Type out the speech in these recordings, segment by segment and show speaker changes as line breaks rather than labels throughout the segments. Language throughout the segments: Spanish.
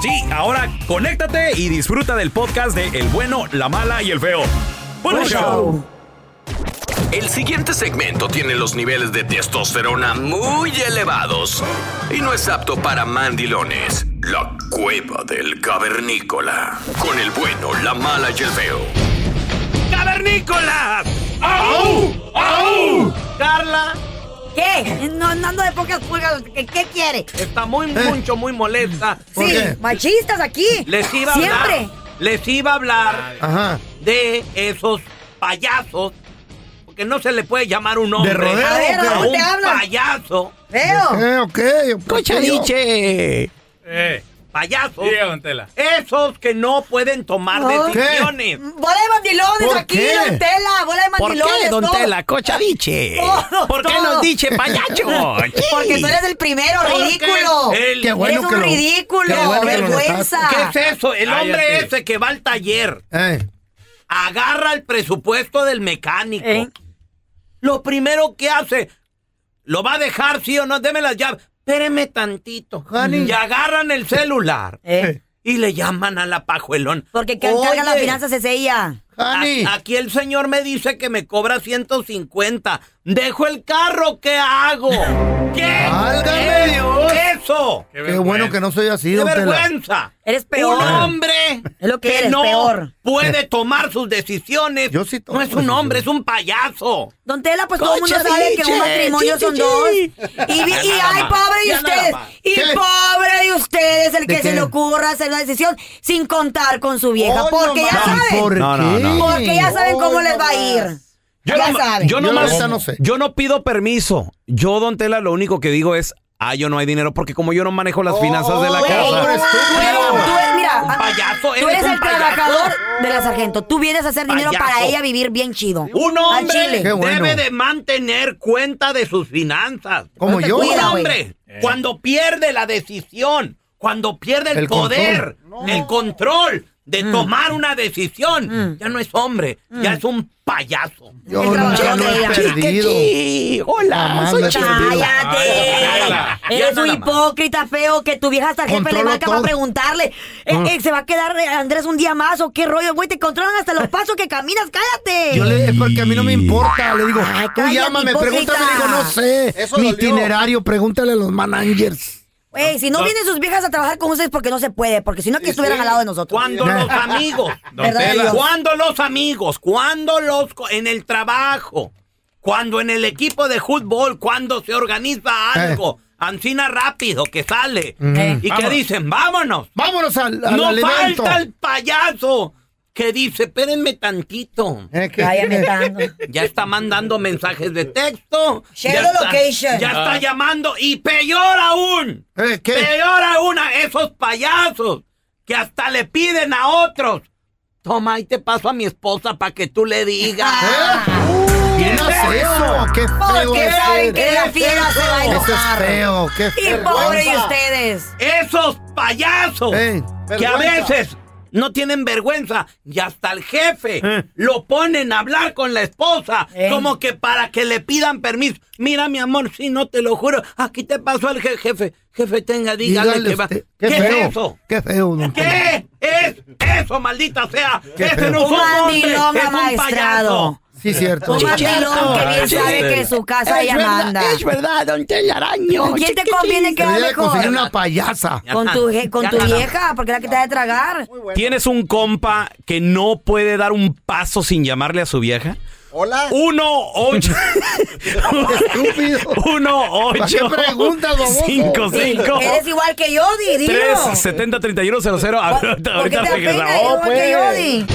Sí, ahora conéctate y disfruta del podcast de El bueno, la mala y el feo. Buen
Buen
show.
El siguiente segmento tiene los niveles de testosterona muy elevados y no es apto para mandilones. La cueva del cavernícola. Con el bueno, la mala y el feo.
¡Cavernícola!
¡Au! ¡Au!
Carla
¿Qué? No, no ando de pocas pulgas. ¿Qué, qué quiere?
está muy
Eh.
mucho, muy molesta.
¿Por
Sí,
qué?
machistas aquí.
Les iba a hablar.
Siempre.
Les iba a hablar
Ajá.
de esos payasos. Porque no se le puede llamar un hombre.
rodeo
A ver, o qué? ¿a
a
dónde
un
hablan?
payaso.
Feo.
Eh, ok.
Cochadiche.
Eh,
Oh.
Payasos.
diga, don Tela.
Esos que no pueden tomar
No.
decisiones.
Bola de mandilones
¿Por
aquí,
qué?
Don Tela. Bola de mandilones. todo.
Cochadiche.
Todo, ¿Por qué todo. nos
dice payacho?
Porque tú eres el primero,
Porque
ridículo.
el-
Qué bueno
eres
que
un
lo-
ridículo,
qué bueno que lo
vergüenza.
¿Qué es eso? El hombre
Cállate.
ese que va al taller.
Eh,
agarra el presupuesto del mecánico.
¿Eh?
Lo primero que hace, lo va a dejar, sí o no, deme las llaves. Espéreme tantito.
Honey.
Y agarran el celular
¿Eh?
y le llaman a la pajuelón.
Porque quien carga
Oye,
las finanzas es ella.
honey.
Ah,
a- Aquí el señor me dice que me cobra 150. Dejo el carro, ¿qué hago? ¿Qué? ¿Eh?
Válgame
es
Dios.
eso?
Qué bueno que no soy así,
¡Qué
don Tela.
vergüenza!
Eres peor.
Un hombre
Es lo que eres,
no
peor.
puede tomar sus decisiones.
Yo sí tomo
no es un hombre, es un payaso.
Don Tela, pues todo el mundo
Coche,
sabe que un
biche,
matrimonio
chi,
son
chi,
dos. Y,
chi.
vi- y
Ya nada
ay,
más,
pobre de
ya nada
ustedes.
más.
Y
¿Qué?
pobre de ustedes el
¿De
que se
qué?
le ocurra hacer la decisión sin contar con su vieja.
Oh,
porque
no
ya
más.
saben.
¿Por
No, no,
qué?
no.
Porque ya saben cómo les va a ir. ya
no-
saben.
Yo
Yo la
nomás,
neta no sé.
yo no pido permiso. Yo, Don Tela, lo único que digo es, ah, yo no hay dinero porque como yo no manejo las finanzas de la
Oh, güey,
Tú
casa.
eres, tú eres- mira,
Payaso,
tú
eres
eres
un
el
payaso.
trabajador de la sargento. Tú vienes a hacer dinero
Payaso.
para ella vivir bien chido.
Un
Al
hombre
chile.
Qué bueno.
debe de mantener cuenta de sus finanzas.
Como
te
yo.
Un
Cuida, güey.
hombre, cuando pierde la decisión, cuando pierde el,
El
poder, el control de tomar una decisión, ya no es hombre, ya es un payaso.
Yo
El
nunca
trabajador
lo
de
he
ella.
perdido.
Sí, Hola,
Jamás
soy
lo he perdido.
Ay,
¡Cállate!
Gabriela.
Eres
Ya
un
nada más.
hipócrita feo que tu vieja hasta el jefe le
Controlo
marca
todo.
para preguntarle. Eh, eh, ¿Se va a quedar eh, Andrés un día más o qué rollo? Güey, te controlan hasta los pasos que caminas. ¡Cállate!
Yo le, es porque a mí no me importa, le digo,
Ay,
tú
cállate,
llámame,
hipócrita.
pregúntame, le digo, no sé,
Eso
mi
dolió.
itinerario, pregúntale a los managers.
Güey, si no, vienen sus viejas a trabajar con ustedes porque no se puede, porque si no, que estuvieran al lado de nosotros.
Cuando
No.
los amigos,
Don
¿Verdad,
Tela.
Dios?
cuando los amigos, cuando los co- en el trabajo, cuando en el equipo de fútbol, cuando se organiza algo, ancina rápido que sale
Eh.
y que
Vámonos.
dicen, vámonos.
Vámonos al, al
no
alimento.
falta el payaso que dice, espérenme tantito.
Eh, que-
Cállame tanto.
Ya está mandando mensajes de texto.
Share
ya
the
está-
location.
Ya está llamando. Y peor aún.
Eh, ¿qué?
Peor aún a esos payasos que hasta le piden a otros. Toma, ahí te paso a mi esposa para que tú le digas.
¿Eh? ¿Quién hace eso? ¡Qué feo
Porque
es
saben
ser.
que la fiera se va a
Eso es
enojar.
feo, qué
Y
feo.
pobre de ustedes.
Esos payasos
Eh,
que a
vergüenza.
veces no tienen vergüenza y hasta el jefe
Eh.
lo ponen a hablar con la esposa
Eh.
como que para que le pidan permiso. Mira, mi amor, si no te lo juro, aquí te pasó el je- jefe. Jefe, tenga, dígale,
dígale
que va.
usted,
¿Qué,
Qué
es
feo,
eso?
qué feo. don Tela.
¿Qué es eso, maldita sea?
Qué
Ese
feo.
no es
Un
un hombre, es
mandilón
un payaso.
amaestrado.
Sí, cierto.
Un mandilón que bien sabe que en su casa ella manda.
verdad, don Telaraño.
¿Con quién te conviene que
Debería de conseguir
mejor?
una payasa.
Con tu, je- con
Ya
tu
nada.
vieja, porque es la que te va a tragar.
¿Tienes un compa que no puede dar un paso sin llamarle a su vieja?
Hola.
1 8
Estúpido.
1
¿Para qué
8
preguntas, baboso?
5
Sí,
5
Eres igual que yo, Di, dilo.
3 70 31 00
¿Por qué
Ahorita
te
regresamos.
apenas? Igual que yo, Di.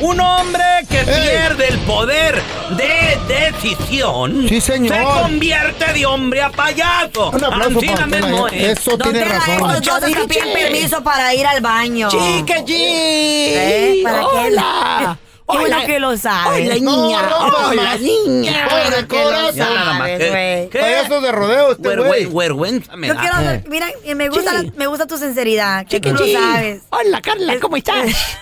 Un hombre que
Ey.
pierde el poder de decisión
Sí, señor.
se convierte de hombre a payaso.
Un aplauso
Así
para
la
Don
mismo
Tela, ¿eh?
es.
Eso
Don
tiene
Tela, eh,
razón.
estos dos hasta piden permiso para ir al baño.
Chica G.
¿Eh? ¿Para qué?
Hola.
Qué bueno
Hola.
que lo sabe.
Hola,
No,
niña.
no,
Hola,
mamá.
niña.
Por el corazón.
Ya nada más.
Sabes,
¿Qué?
güey.
¿Qué?
Payaso de rodeo este
Vergüe-
güey.
vergüenza me
Yo
da.
quiero, mira, me gusta, la- me gusta tu sinceridad, que
Chica
tú lo
G.
sabes.
Hola, Carla, ¿cómo estás?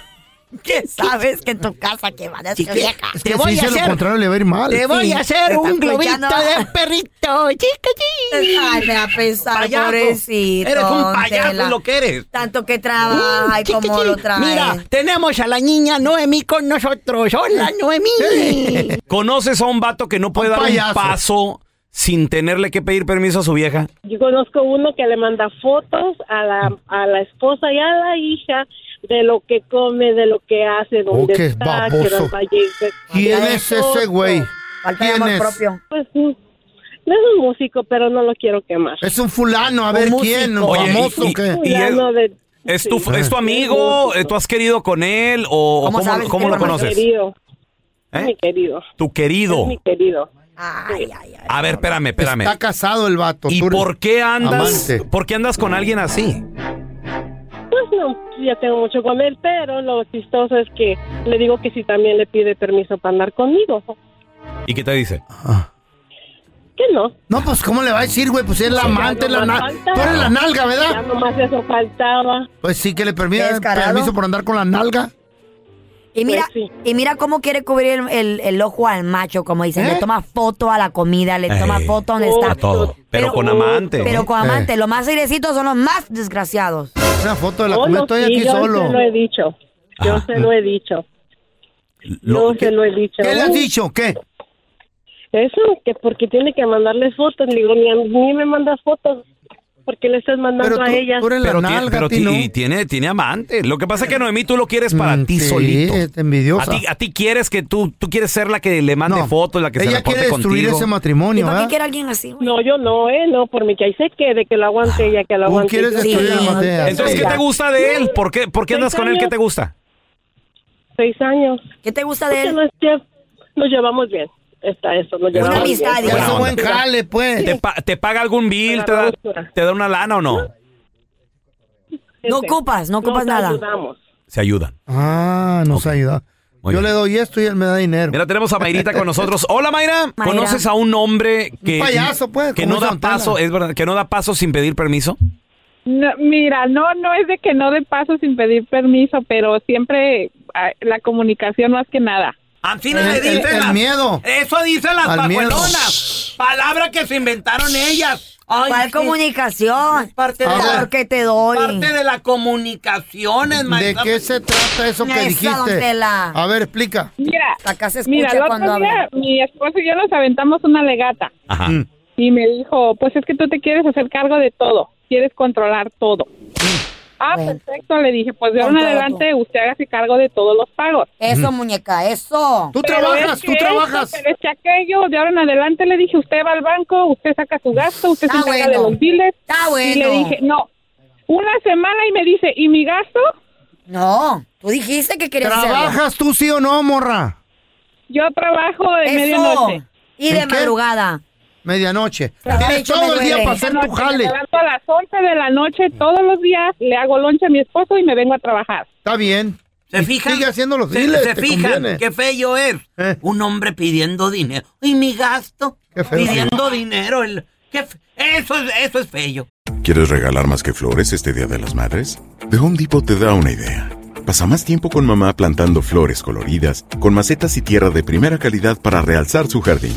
Que sabes que en tu casa que van a hacer
Chica vieja.
Es que
Te
si
voy a
dice lo
hacer.
contrario le va a ir mal.
Te voy a hacer
Está
un globito
escuchando.
de perrito. Chica G.
Ay, me va a pensar,
Payaso.
pobrecito.
Eres un
don
payaso
Tela.
lo que eres.
Tanto que trabaja y
Chica
cómo
G.
lo trae.
Mira, tenemos a la niña Noemí con nosotros. Hola, Noemí.
¿eh? ¿Conoces a un vato que no puede
Un
dar
payaso.
un paso sin tenerle que pedir permiso a su vieja?
Yo conozco uno que le manda fotos a la, a la esposa y a la hija de lo que come, de lo que hace,
Oh,
dónde
qué
está, que
baboso.
dónde va a llegar.
¿Quién es ese güey?
Falta de
¿Quién
amor
es?
propio.
Pues mm, no es un músico, pero no lo quiero quemar.
Es un fulano, a ver quién, ¿Un
Oye,
famoso
y-
o qué. Ah.
y-
Ya
es-
no de-
¿Es tu,
sí, Ah.
¿Es tu amigo? eh, ¿Tú has querido con él? ¿O
¿Cómo
cómo,
sabes
cómo
que
lo
lo más
conoces?
querido,
¿Eh? Oh.
mi querido,
Tu querido.
es mi querido.
Ay, ay, ay.
A ver, espérame, espérame.
Está casado el vato.
¿Y
tú eres-
por qué andas?
amante.
¿Por qué andas con alguien así?
Pues no, ya tengo mucho con él, pero lo chistoso es que le digo que si también le pide permiso para andar conmigo,
¿Y qué te dice?
que no.
Ah. No, pues ¿cómo le va a decir, güey? Pues es la amante, la
nomás
nalga.
falta.
Tú eres la nalga,
Ya
¿verdad?
nomás eso faltaba.
Pues sí, que le permita
Descarado.
permiso por andar con la nalga.
Y mira,
Pues sí.
y mira cómo quiere cubrir el, el- el ojo al macho, como dicen.
¿Eh?
Le toma foto a la comida, le toma
Ey.
foto donde
Foto.
está.
A todo. Pero,
Pero- uh,
con amante.
Pero
¿eh?
con amante, los más airecitos son los más desgraciados.
Una foto de la
No,
comida.
Oh, no,
Estoy
sí,
aquí
yo
solo.
se lo he dicho. Yo se lo he dicho.
Lo-
yo se lo he dicho.
¿Qué le has
Uy,
dicho? ¿Qué?
Eso, que porque tiene que mandarle fotos. Le digo, ni, a- ni me mandas fotos. Porque le estás mandando
Pero tú,
a ella.
tú eres la
pero ti-
nalga,
pero
a ti
ti-
no.
y tiene, tiene amante. Lo que pasa es que Noemí tú lo quieres para
Mm,
ti
sí,
solito.
es envidiosa.
A ti, a ti quieres que tú, tú quieres ser la que le mande
No,
fotos, la que se
Ella
reporte
quiere destruir
contigo.
ese
¿Y
matrimonio, ¿ah?
por qué
¿verdad?
quiere alguien así? güey?
No, yo no, ¿eh? No, por mí que ahí se quede, que lo aguante ella, que lo
Tú
aguante.
quieres
yo.
destruir
Sí.
el matrimonio.
Entonces, ¿qué
Ya.
te gusta de él? ¿Por qué, por qué andas
Seis
con él? ¿Qué
años.
te gusta?
Seis años.
¿Qué te gusta de
Porque
él?
nos, lle- nos llevamos bien. Está eso, nos llevamos
Una amistad,
bien.
Eso
digamos.
es buen jale, pues.
¿Te, pa- te paga algún bill?
Para
Te da,
la basura.
¿Te da una lana o no?
No
Gente,
ocupas, no ocupas
nos
nada.
ayudamos.
Se ayudan.
Ah, nos ayuda.
Muy
Yo
bien.
le doy esto y él me da dinero.
Mira, tenemos a Mayrita con nosotros. Hola, Mayra.
Mayra.
¿Conoces a un hombre que,
Un payaso, pues,
que
como
no da
Santana.
paso, es verdad, que no da paso sin pedir permiso?
No, mira, no, no es de que no dé paso sin pedir permiso, pero siempre ah, la comunicación más que nada.
Ancina
El-
le
el-
dicen
el
las-
miedo.
Eso dicen las
Al miedo.
pajuelonas. Palabra que se inventaron ellas. Ay,
¿Cuál
sí.
comunicación?
Parte de,
A
la,
ver.
Claro que te doy.
parte de la comunicación,
¿De
maestra.
qué se trata eso que
pues. Esa, don
dijiste?
Tela.
A ver, explica.
Mira,
Acá se escucha
mira, el
cuando
otro día
hablan.
mi esposo y yo nos aventamos una legata
Ajá.
Mm.
y me dijo, pues es que tú te quieres hacer cargo de todo, quieres controlar todo. Ah,
Mm. Bueno.
perfecto, le dije, pues de ahora en
Con todo.
adelante usted hágase cargo de todos los pagos.
Eso, muñeca, eso.
Tú
Pero
trabajas,
es
tú
que esto,
trabajas.
Pero es que aquello, de ahora en adelante le dije, usted va al banco, usted saca su gasto, usted se
Está
encarga
bueno.
de los biles.
Está
Y le
bueno.
dije, no, una semana y me dice, ¿y mi gasto?
No, tú dijiste que querías hacerlo.
¿Trabajas tú sí o no, morra?
Yo trabajo de medianoche.
Eso. Y de
¿En qué?
madrugada.
Medianoche.
Trabajo
Tienes
hecho
todo
me
el día
duele.
para hacer tu
Medianoche,
jale.
Me levanto a las 11 de la noche todos los días, le hago lonche a mi esposo y me vengo a trabajar.
Está bien.
¿Se fijan?
Sigue haciendo los
Se-
diles,
¿Se,
te
fijan?
conviene.
Qué feo es.
Eh.
Un hombre pidiendo dinero. Y mi gasto.
Qué feo,
pidiendo dinero. El, qué fe- eso, es, eso es feo.
¿Quieres regalar más que flores este Día de las Madres? The Home Depot te da una idea. Pasa más tiempo con mamá plantando flores coloridas, con macetas y tierra de primera calidad para realzar su jardín.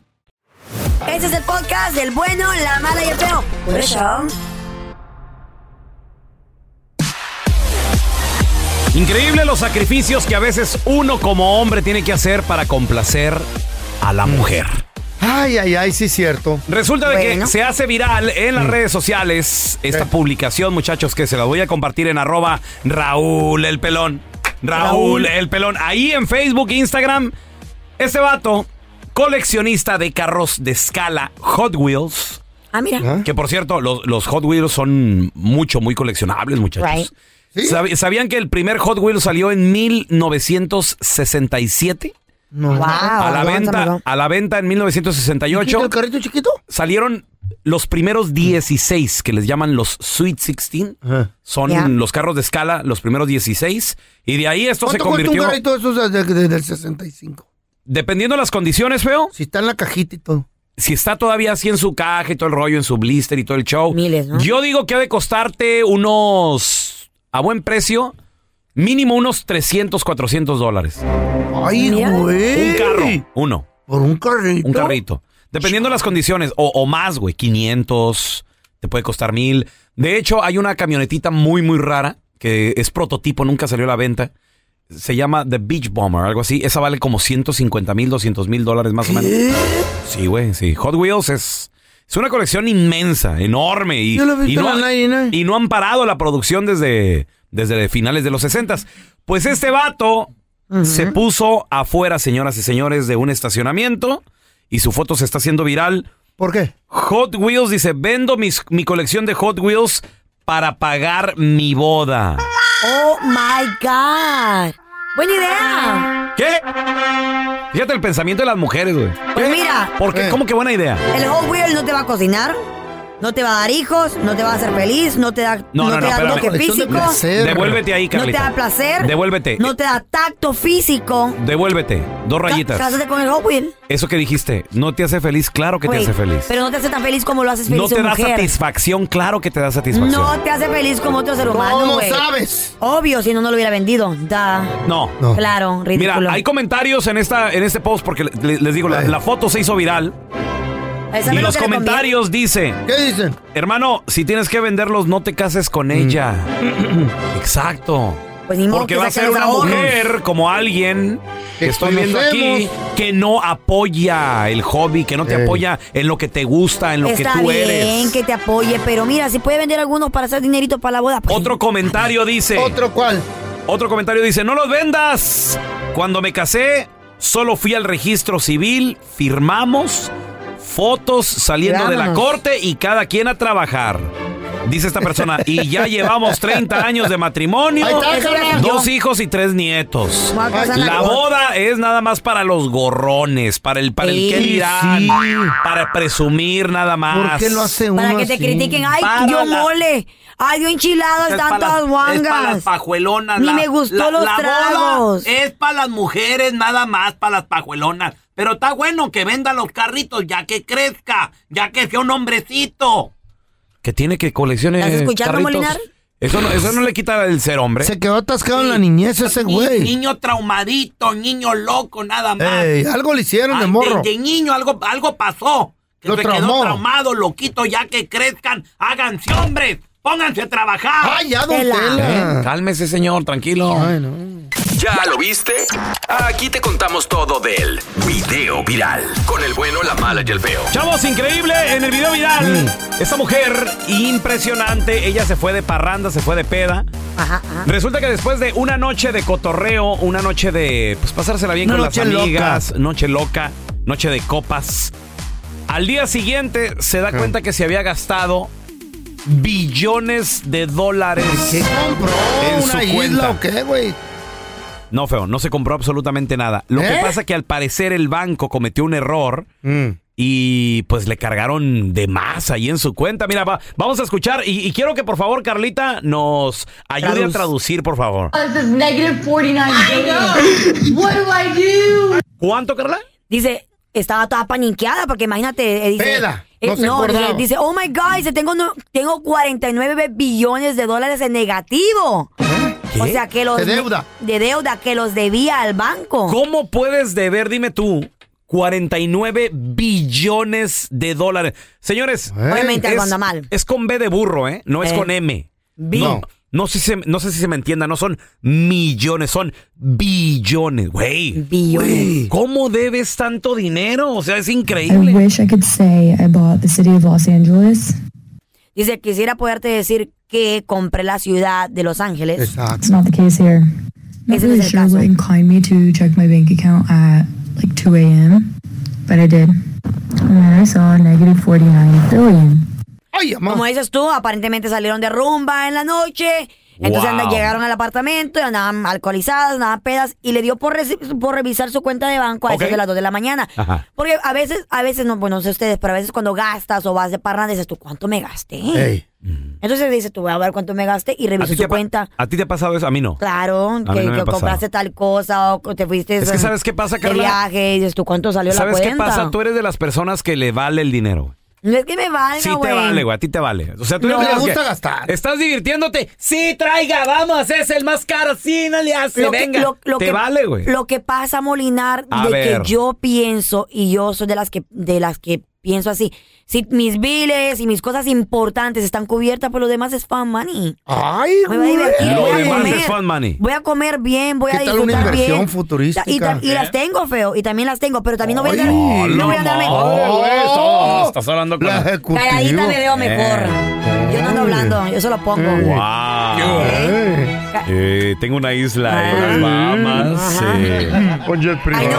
Este es el podcast del bueno, la mala y el feo. Por eso.
Increíble los sacrificios que a veces uno como hombre tiene que hacer para complacer a
Mm.
la mujer.
Ay, ay, ay, sí es cierto.
Resulta de que se hace viral en las redes sociales esta publicación, muchachos, que se la voy a compartir en arroba Raúl el Pelón. Raúl,
Raúl.
el Pelón. Ahí en Facebook, Instagram, este vato, coleccionista de carros de escala Hot Wheels.
Ah, mira.
Que por cierto, los, los Hot Wheels son mucho, muy coleccionables, muchachos.
Right.
¿Sab- ¿Sabían que el primer Hot Wheels salió en 1967?
No.
Wow.
a, la venta, a la venta en 1968.
¿El carrito chiquito?
Salieron los
Mm.
primeros 16, que les llaman los Sweet 16. Son
Ya.
los carros de escala, los primeros 16. Y de ahí esto se
¿Cuánto cuesta un
convirtió.
carrito de esos desde del 65?
Dependiendo de las condiciones, feo.
Si está en la cajita y todo.
Si está todavía así en su caja y todo el rollo, en su blister y todo el show.
Miles, ¿no?
Yo digo que ha de costarte unos. A buen precio, mínimo unos 300, 400 dólares.
Ay,
Mira.
güey.
Un carro, uno.
Por un carrito.
Un carrito. Dependiendo de las condiciones, o, o más, güey, 500, te puede costar mil. De hecho, hay una camionetita muy, muy rara, que es prototipo, nunca salió a la venta. Se llama The Beach Bomber, algo así. Esa vale como 150 mil, 200 mil dólares más o menos. Sí, güey, sí. Hot Wheels es, es una colección inmensa, enorme. Y,
Yo lo he visto
y no,
en la ¿eh? 99.
y no han parado la producción desde, desde finales de los 60. Pues este vato se puso afuera, señoras y señores, de un estacionamiento y su foto se está haciendo viral.
¿Por qué?
Hot Wheels dice, vendo mis- mi colección de Hot Wheels para pagar mi boda.
Oh my God. Buena idea.
¿Qué? Fíjate el pensamiento de las mujeres, güey.
Pues mira,
¿Por qué?
Eh.
¿Cómo que buena idea?
el Hot Wheels no te va a cocinar, no te va a dar hijos, no te va a hacer feliz, no te da,
No, no,
te
no,
da
espérame.
toque
Colección de
físico,
placer.
Devuélvete ahí,
no te
Carlita.
da placer,
Devuélvete.
no te da tacto físico.
Devuélvete. Dos
Ca-
rayitas.
Cásate con el Hot Wheel.
Eso que dijiste, no te hace feliz, claro que
Güey,
te hace feliz.
Pero no te hace tan feliz como lo haces feliz
No te
una
da
mujer.
satisfacción, claro que te da satisfacción.
No te hace feliz como otro ser humano,
¿Cómo
güey.
sabes?
Obvio, si no, no lo hubiera vendido. Da.
No.
No.
Claro, ridículo.
Oh. Mira, hay comentarios en esta en este post porque le- le- les digo, la,
Ay.
la foto se hizo viral
Esa
y
es lo
los
que le conviene.
comentarios dice,
¿Qué dicen?
hermano, si tienes que venderlos no te cases con
Mm.
ella. Exacto.
Pues ni modo
Porque
que
va a
saquen
ser una
los ahorros.
mujer como alguien que
Que
estoy viendo aquí
conocemos.
que no apoya el hobby, que no te
Ey.
apoya en lo que te gusta, en lo
Está
que tú
bien
eres.
que te apoye, pero mira, si puede vender algunos para hacer dinerito para la boda. pues
Otro
sí.
comentario dice,
¿Otro cuál?
Otro comentario dice, no los vendas. Cuando me casé, solo fui al registro civil, firmamos fotos saliendo de la
Vámonos.
corte y cada quien a trabajar. Dice esta persona, y ya llevamos 30 años de matrimonio,
Ahí está,
Eso ya
carnal.
dos hijos y tres nietos.
Voy a casar
Ay,
la-
La boda es nada más para los gorrones, para el para el
Sí,
que dirán,
sí.
para presumir nada más.
¿Por qué lo hace uno
Para que te
así?
critiquen. Ay,
Para
dio
la-
mole. Ay, dio enchiladas,
Es pa'
tantas
las- Es para las
guangas.
pajuelonas.
Ni
la-
me gustó
la-
los
la boda
tragos.
es para las mujeres, nada más para las pajuelonas. Pero está bueno que venda los carritos ya que crezca, ya que sea un hombrecito.
Que tiene que colecciones.
¿Estás escuchando, Molinar?
Eso no, eso no le quita el ser hombre.
Se quedó atascado en la niñez ese
Ni-
güey.
Niño traumadito, niño loco, nada más.
Ey, algo le hicieron de
Ay,
morro.
de niño algo, algo pasó. Que
Lo
se
traumó.
quedó traumado, loquito, ya que crezcan. Háganse hombres, pónganse a trabajar.
¡Ay, ya, don
Tela.
Eh,
Tela!
Cálmese, señor, tranquilo.
Ah. Ay, no.
¿Ya lo viste? Aquí te contamos todo del video viral. Con el bueno, la mala y el feo.
Chavos, increíble en el video viral. Esta mujer impresionante, ella se fue de parranda, se fue de peda.
Ajá, ajá.
Resulta que después de una noche de cotorreo, una noche de pues pasársela bien
Una
con
noche
las
loca.
amigas, noche loca, noche de copas. Al día siguiente se
Ah.
da cuenta que se había gastado billones de dólares.
¿Qué compró?
En su
¿Una isla
cuenta.
o qué, güey?
No, feo, no se compró absolutamente nada. Lo que
¿Eh?
pasa que al parecer el banco cometió un error Y pues le cargaron de más ahí en su cuenta. Mira, va- vamos a escuchar. Y, y quiero que por favor, Carlita, nos ayude a
Traduz.
traducir, por favor.
This is negative 49 billion. What do I do?
¿Cuánto, Carla?
Dice, estaba toda paniqueada porque imagínate. eh, dice,
Peda,
eh,
no se acordaba.
dice, dice, oh my God, dice, tengo, no- tengo 49 billones de dólares en negativo. O sea que los...
¿Eh? De deuda.
De deuda, que los debía al banco.
¿Cómo puedes deber, dime tú, 49 billones de dólares? Señores,
Obviamente algo
es-
anda mal.
Es con B de burro, ¿eh? No es
Eh.
con M.
Bi-
No. No sé, si se, no sé si se me entienda, no son millones, son billones, güey.
Billones.
¿Cómo debes tanto dinero? O sea, es
I
increíble.
wish I could say I bought the city of Los Angeles.
Dice, quisiera poderte decir que compré la ciudad de Los Ángeles.
It's not the case here. Not
Ese
really
es el
sure what inclined me to check my bank account at like 2 a.m., but I did. And then I saw negative 49 billion.
Ah.
Como dices tú, aparentemente salieron de rumba en la noche. Entonces
Wow.
anda- llegaron al apartamento, y andaban alcoholizadas, andaban pedas y le dio por, reci- por revisar su cuenta de banco a eso
Ok.
de las 2 de la mañana.
Ajá.
Porque a veces, a veces, no, bueno, no sé ustedes, pero a veces cuando gastas o vas de parranda dices tú, ¿cuánto me gasté? Entonces dice tú, voy a ver cuánto me gasté
¿A ti
y reviso
te
su
ha pa-
cuenta.
¿A ti te ha pasado eso? A mí no.
Claro,
mí
que,
no me
que
ha pasado.
compraste tal cosa o que te fuiste
Es que
eh,
¿sabes qué pasa,
de
Carla?
viaje y dices tú, ¿cuánto salió la
¿Sabes
cuenta?
qué pasa? Tú eres de las personas que le vale el dinero.
No es que me valga,
Sí
güey.
te vale, güey, a ti te vale. O sea, tú
No,
eres de
me
las que
gusta
gastar.
Estás divirtiéndote.
Sí, traiga, vamos, es el más caro. Sí, no le hace,
Lo que-
venga.
lo- lo
Te
que-
vale, güey.
Lo que pasa, Molinar,
A
de
ver.
que yo pienso, y yo soy de las que, de las que pienso así. Si mis biles y mis cosas importantes están cubiertas, pues lo demás es fan money.
Ay,
Me voy a divertir,
güey.
voy a
Lo demás
comer.
es fan money.
Voy a comer bien, voy
¿Qué
a
tal una
disfrutar
inversión
bien.
futurística?
Y, ta- y
¿Eh?
las tengo, feo, y también las tengo, pero también no voy a
Ay,
andar-
la
no voy a andarme.
madre, güey,
Oh, estás hablando con la
Calladita me veo mejor. Yo no ando hablando, yo se lo pongo.
Wow. Eh, tengo una isla en las Bahamas. eh,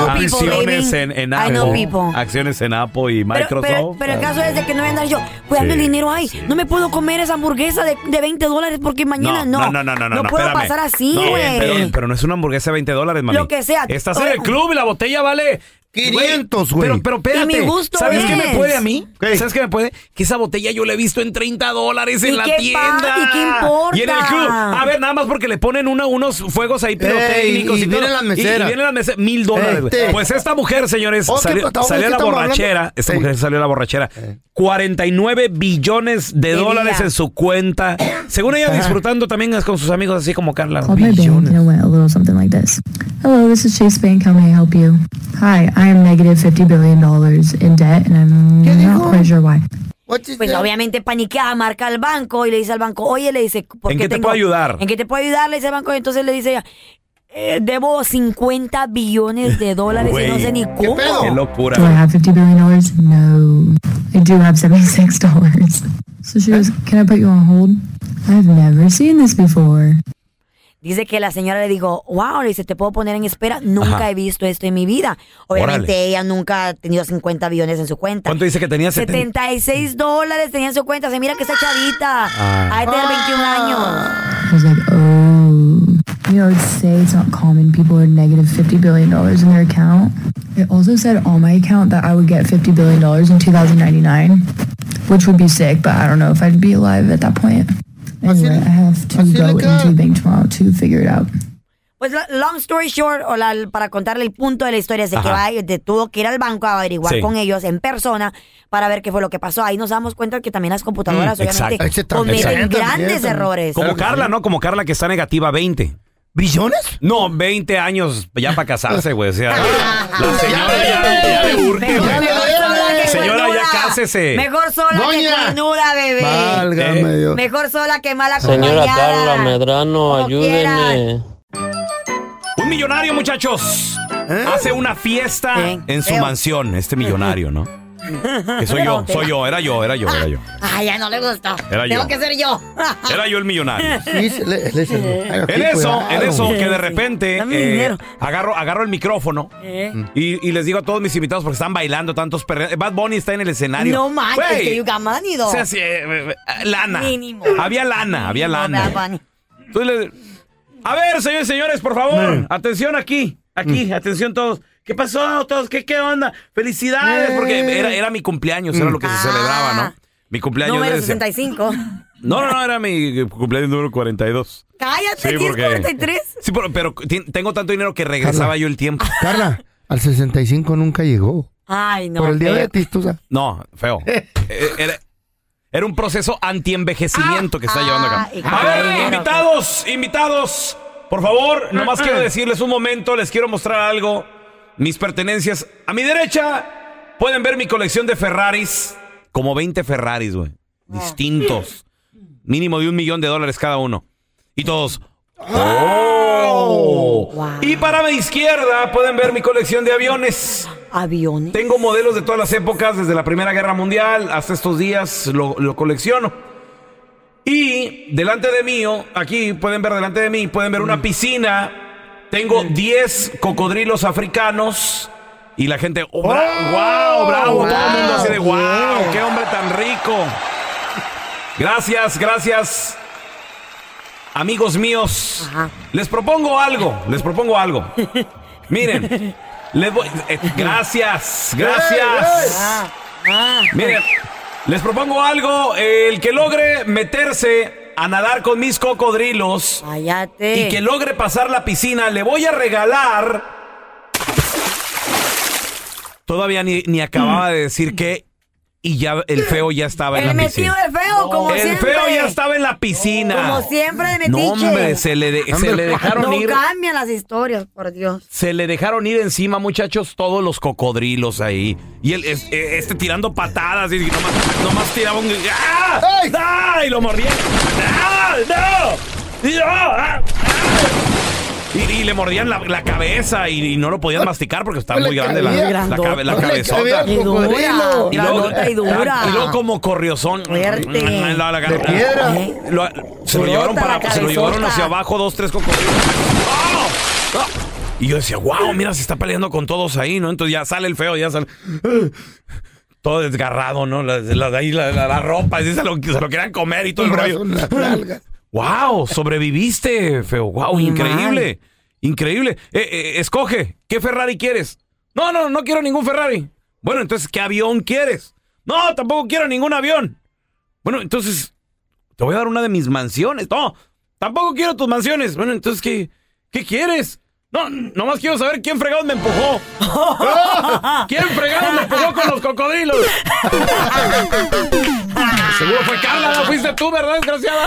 acciones en, en
I know
Apple.
people.
Acciones en Apple y
Pero,
Microsoft.
pero- pero el caso es de que no voy a andar yo cuidando
Sí,
el dinero ahí. No me puedo comer esa hamburguesa de, de 20 dólares porque mañana no.
no, no, no, no, no, no,
puedo
espérame.
pasar así,
No, eh,
güey.
pero, pero no es una hamburguesa de 20 dólares, mami.
Lo que sea.
Estás
Oye,
en el club y la botella vale
500, güey.
Pero, pero espérate.
Y mi gusto
¿Sabes qué
es.
me puede a mí? ¿Sabes qué me puede? Que esa botella yo la he visto en 30 dólares en
¿Y
la
qué pa-
tienda.
y qué importa?
Y en el club. A ver, nada más porque le ponen una- unos fuegos ahí pirotécnicos.
Ey, y
todo.
vienen las
Y- Y,
meseras.
vienen las meseras. Mil dólares. güey.
Este.
Pues esta mujer, señores,
Oh, ¿qué
salió,
pasó?
salió
¿Qué
a la
estamos hablando?
borrachera. Esta
Ey.
mujer salió a la borrachera. 49 billones de
Qué
dólares
día.
en su cuenta. Según ella, disfrutando también con sus amigos, así como Carla.
called my bank and it went a little something like this. Hello, this is Chase Bank. How may I help you? Hi, I am negative $50 billion in debt and I'm not quite sure why.
Pues obviamente paniqueada, marca al banco y le dice al banco, oye, le dice, ¿por
¿En
qué
qué te
tengo-
puedo ayudar?
¿En qué te puedo ayudar? Le dice al banco y entonces le dice ella, "Eh, debo 50 billones de dólares y no
Güey.
sé ni cómo.
Qué locura.
Do I have $50 billion? No. I do have $76. So she goes, Can I put you on hold? I've never seen this before.
Dice que la señora le dijo, wow, le dice, te puedo poner en espera, nunca
Ajá.
he visto esto en mi vida. Obviamente
Órale.
ella nunca ha tenido 50 billones en su cuenta.
¿Cuánto dice que tenía? 70?
76 dólares tenía en su cuenta, se mira que está chavita.
Ah.
Ahí tener 21 años.
I was like, oh. You know, I would say it's not common. People are negative $50 billion in their account. It also said on my account that I would get $50 billion in 2099, which would be sick, but I don't know if I'd be alive at that point. Anyway, I uh, have to
así
go
le queda.
into the bank tomorrow to figure it out.
Pues la- long story short, o la- para contarle el punto de la historia, es de que
Ajá.
va, de- tuvo que ir al banco a averiguar
Sí.
con ellos en persona para ver qué fue lo que pasó. Ahí nos damos cuenta que también las computadoras,
Mm,
obviamente,
exacto. Ese también,
cometen
exacto.
grandes errores.
Como Carla, ¿no? Como Carla que está negativa 20. ¿Billones? No, 20 años ya para casarse, güey. O sea, la señora Ah, ya, ya le urge, güey. Señora, ya cásese.
Mejor sola que
Doña.
cuernuda, bebé.
Eh.
Válgame Dios.
Mejor sola que mala
Señora
acompañada.
Carla Medrano, ayúdeme.
Un millonario, muchachos. Hace una fiesta en su
Feo.
mansión, este millonario, ¿no? Que soy yo, soy yo, era yo, era yo, era yo.
Ah, ya no le gustó.
Era
Tengo
yo.
que ser yo.
Era yo el millonario.
Sí, se le- él es el- Ay,
En
qué
eso,
cuidado.
en eso, que de repente
Dame
eh,
dinero.
agarro, agarro el micrófono
Eh.
y, y les digo a todos mis invitados porque están bailando tantos perre- Bad Bunny está en el escenario.
No manches,
Güey,
que you got money, though.
o sea, sí, eh, eh, lana.
Mínimo.
Había lana, había
Mínimo,
lana.
Bad Bunny.
Entonces le- A ver, señores, señores, por favor, atención aquí, aquí, atención todos.
¿Qué pasó? Todos, ¿qué, qué onda? Felicidades.
Eh.
Porque era, era mi cumpleaños, era lo que se celebraba, ¿no? Mi cumpleaños
Ah. Número
de ese-
65.
No, no, no, era mi cumpleaños número 42.
Cállate,
Sí,
tienes
porque-
43.
Sí, pero, pero ti- tengo tanto dinero que regresaba yo el tiempo.
Carla, al 65 nunca llegó.
Ay, no.
Por el
feo.
diabetes, tú sabes.
No, feo. Eh, era, era un proceso antienvejecimiento que está llevando acá.
y
A
claro.
ver, invitados, invitados. Por favor, nomás quiero decirles un momento, les quiero mostrar algo. Mis pertenencias. A mi derecha pueden ver mi colección de Ferraris. Como 20 Ferraris, güey. Distintos. Mínimo de un millón de dólares cada uno. Y todos. ¡Oh! Y para mi izquierda pueden ver mi colección de aviones.
Aviones.
Tengo modelos de todas las épocas, desde la Primera Guerra Mundial hasta estos días, lo, lo colecciono. Y delante de mí, aquí pueden ver delante de mí, pueden ver una piscina. Tengo 10 cocodrilos africanos. Y la gente, oh, bra- wow, bravo, todo el mundo así de wow, qué hombre tan rico. Gracias, gracias. Amigos míos, les propongo algo, les propongo algo. Miren, les voy- eh, gracias, gracias.
Ah, ah.
Miren, les propongo algo, el que logre meterse a nadar con mis cocodrilos y que logre pasar la piscina, le voy a regalar... Todavía ni, ni acababa de decir que... Y ya el feo ya estaba en
El
la piscina.
metido de feo, como
el
siempre.
feo ya estaba en la piscina.
Como siempre de metiche.
No, hombre, se le, de- se le dejaron
no
ir.
cambian las historias, por Dios.
Se le dejaron ir encima, muchachos, todos los cocodrilos ahí. Y el, es- eh, este tirando patadas y nomás, nomás tiraba un... ¡Ah! ¡Ah! Y lo mordía. ¡Ah! ¡No! ¡No! ¡Ah! ¡Ah! Y, y le mordían la, la cabeza y, y no lo podían masticar porque estaba
Pues, Le
muy grande la,
cabía.
la,
Muy
cabe- la
grandota. Le cabía
cabezota.
el Y dura, cocodrilo. grandota y dura.
y luego como corriozón.
Fuerte.
La- la- la-
De piedra.
Lo- se lo
Durota
llevaron
la
para se lo
cabezota.
llevaron hacia abajo dos, tres cocodrilos. ¡Ah! ¡Ah! Y yo decía, wow, mira, se está peleando con todos ahí, ¿no? Entonces ya sale el feo, ya sale. Todo desgarrado, ¿no? La, la- ahí la, la- la ropa, así se lo, se lo querían comer y todo el rollo. ¡Wow! Sobreviviste, feo. ¡Wow!
Muy
increíble. Increíble. Eh, eh, escoge, ¿qué Ferrari quieres? No, no, no quiero ningún Ferrari. Bueno, entonces, ¿qué avión quieres? No, tampoco quiero ningún avión. Bueno, entonces, te voy a dar una de mis mansiones. No, tampoco quiero tus mansiones. Bueno, entonces, ¿qué, qué quieres? No, nomás quiero saber quién fregado me empujó. ¿Quién fregado me empujó con los cocodrilos? Seguro fue Carla, no fuiste tú, ¿verdad, desgraciada?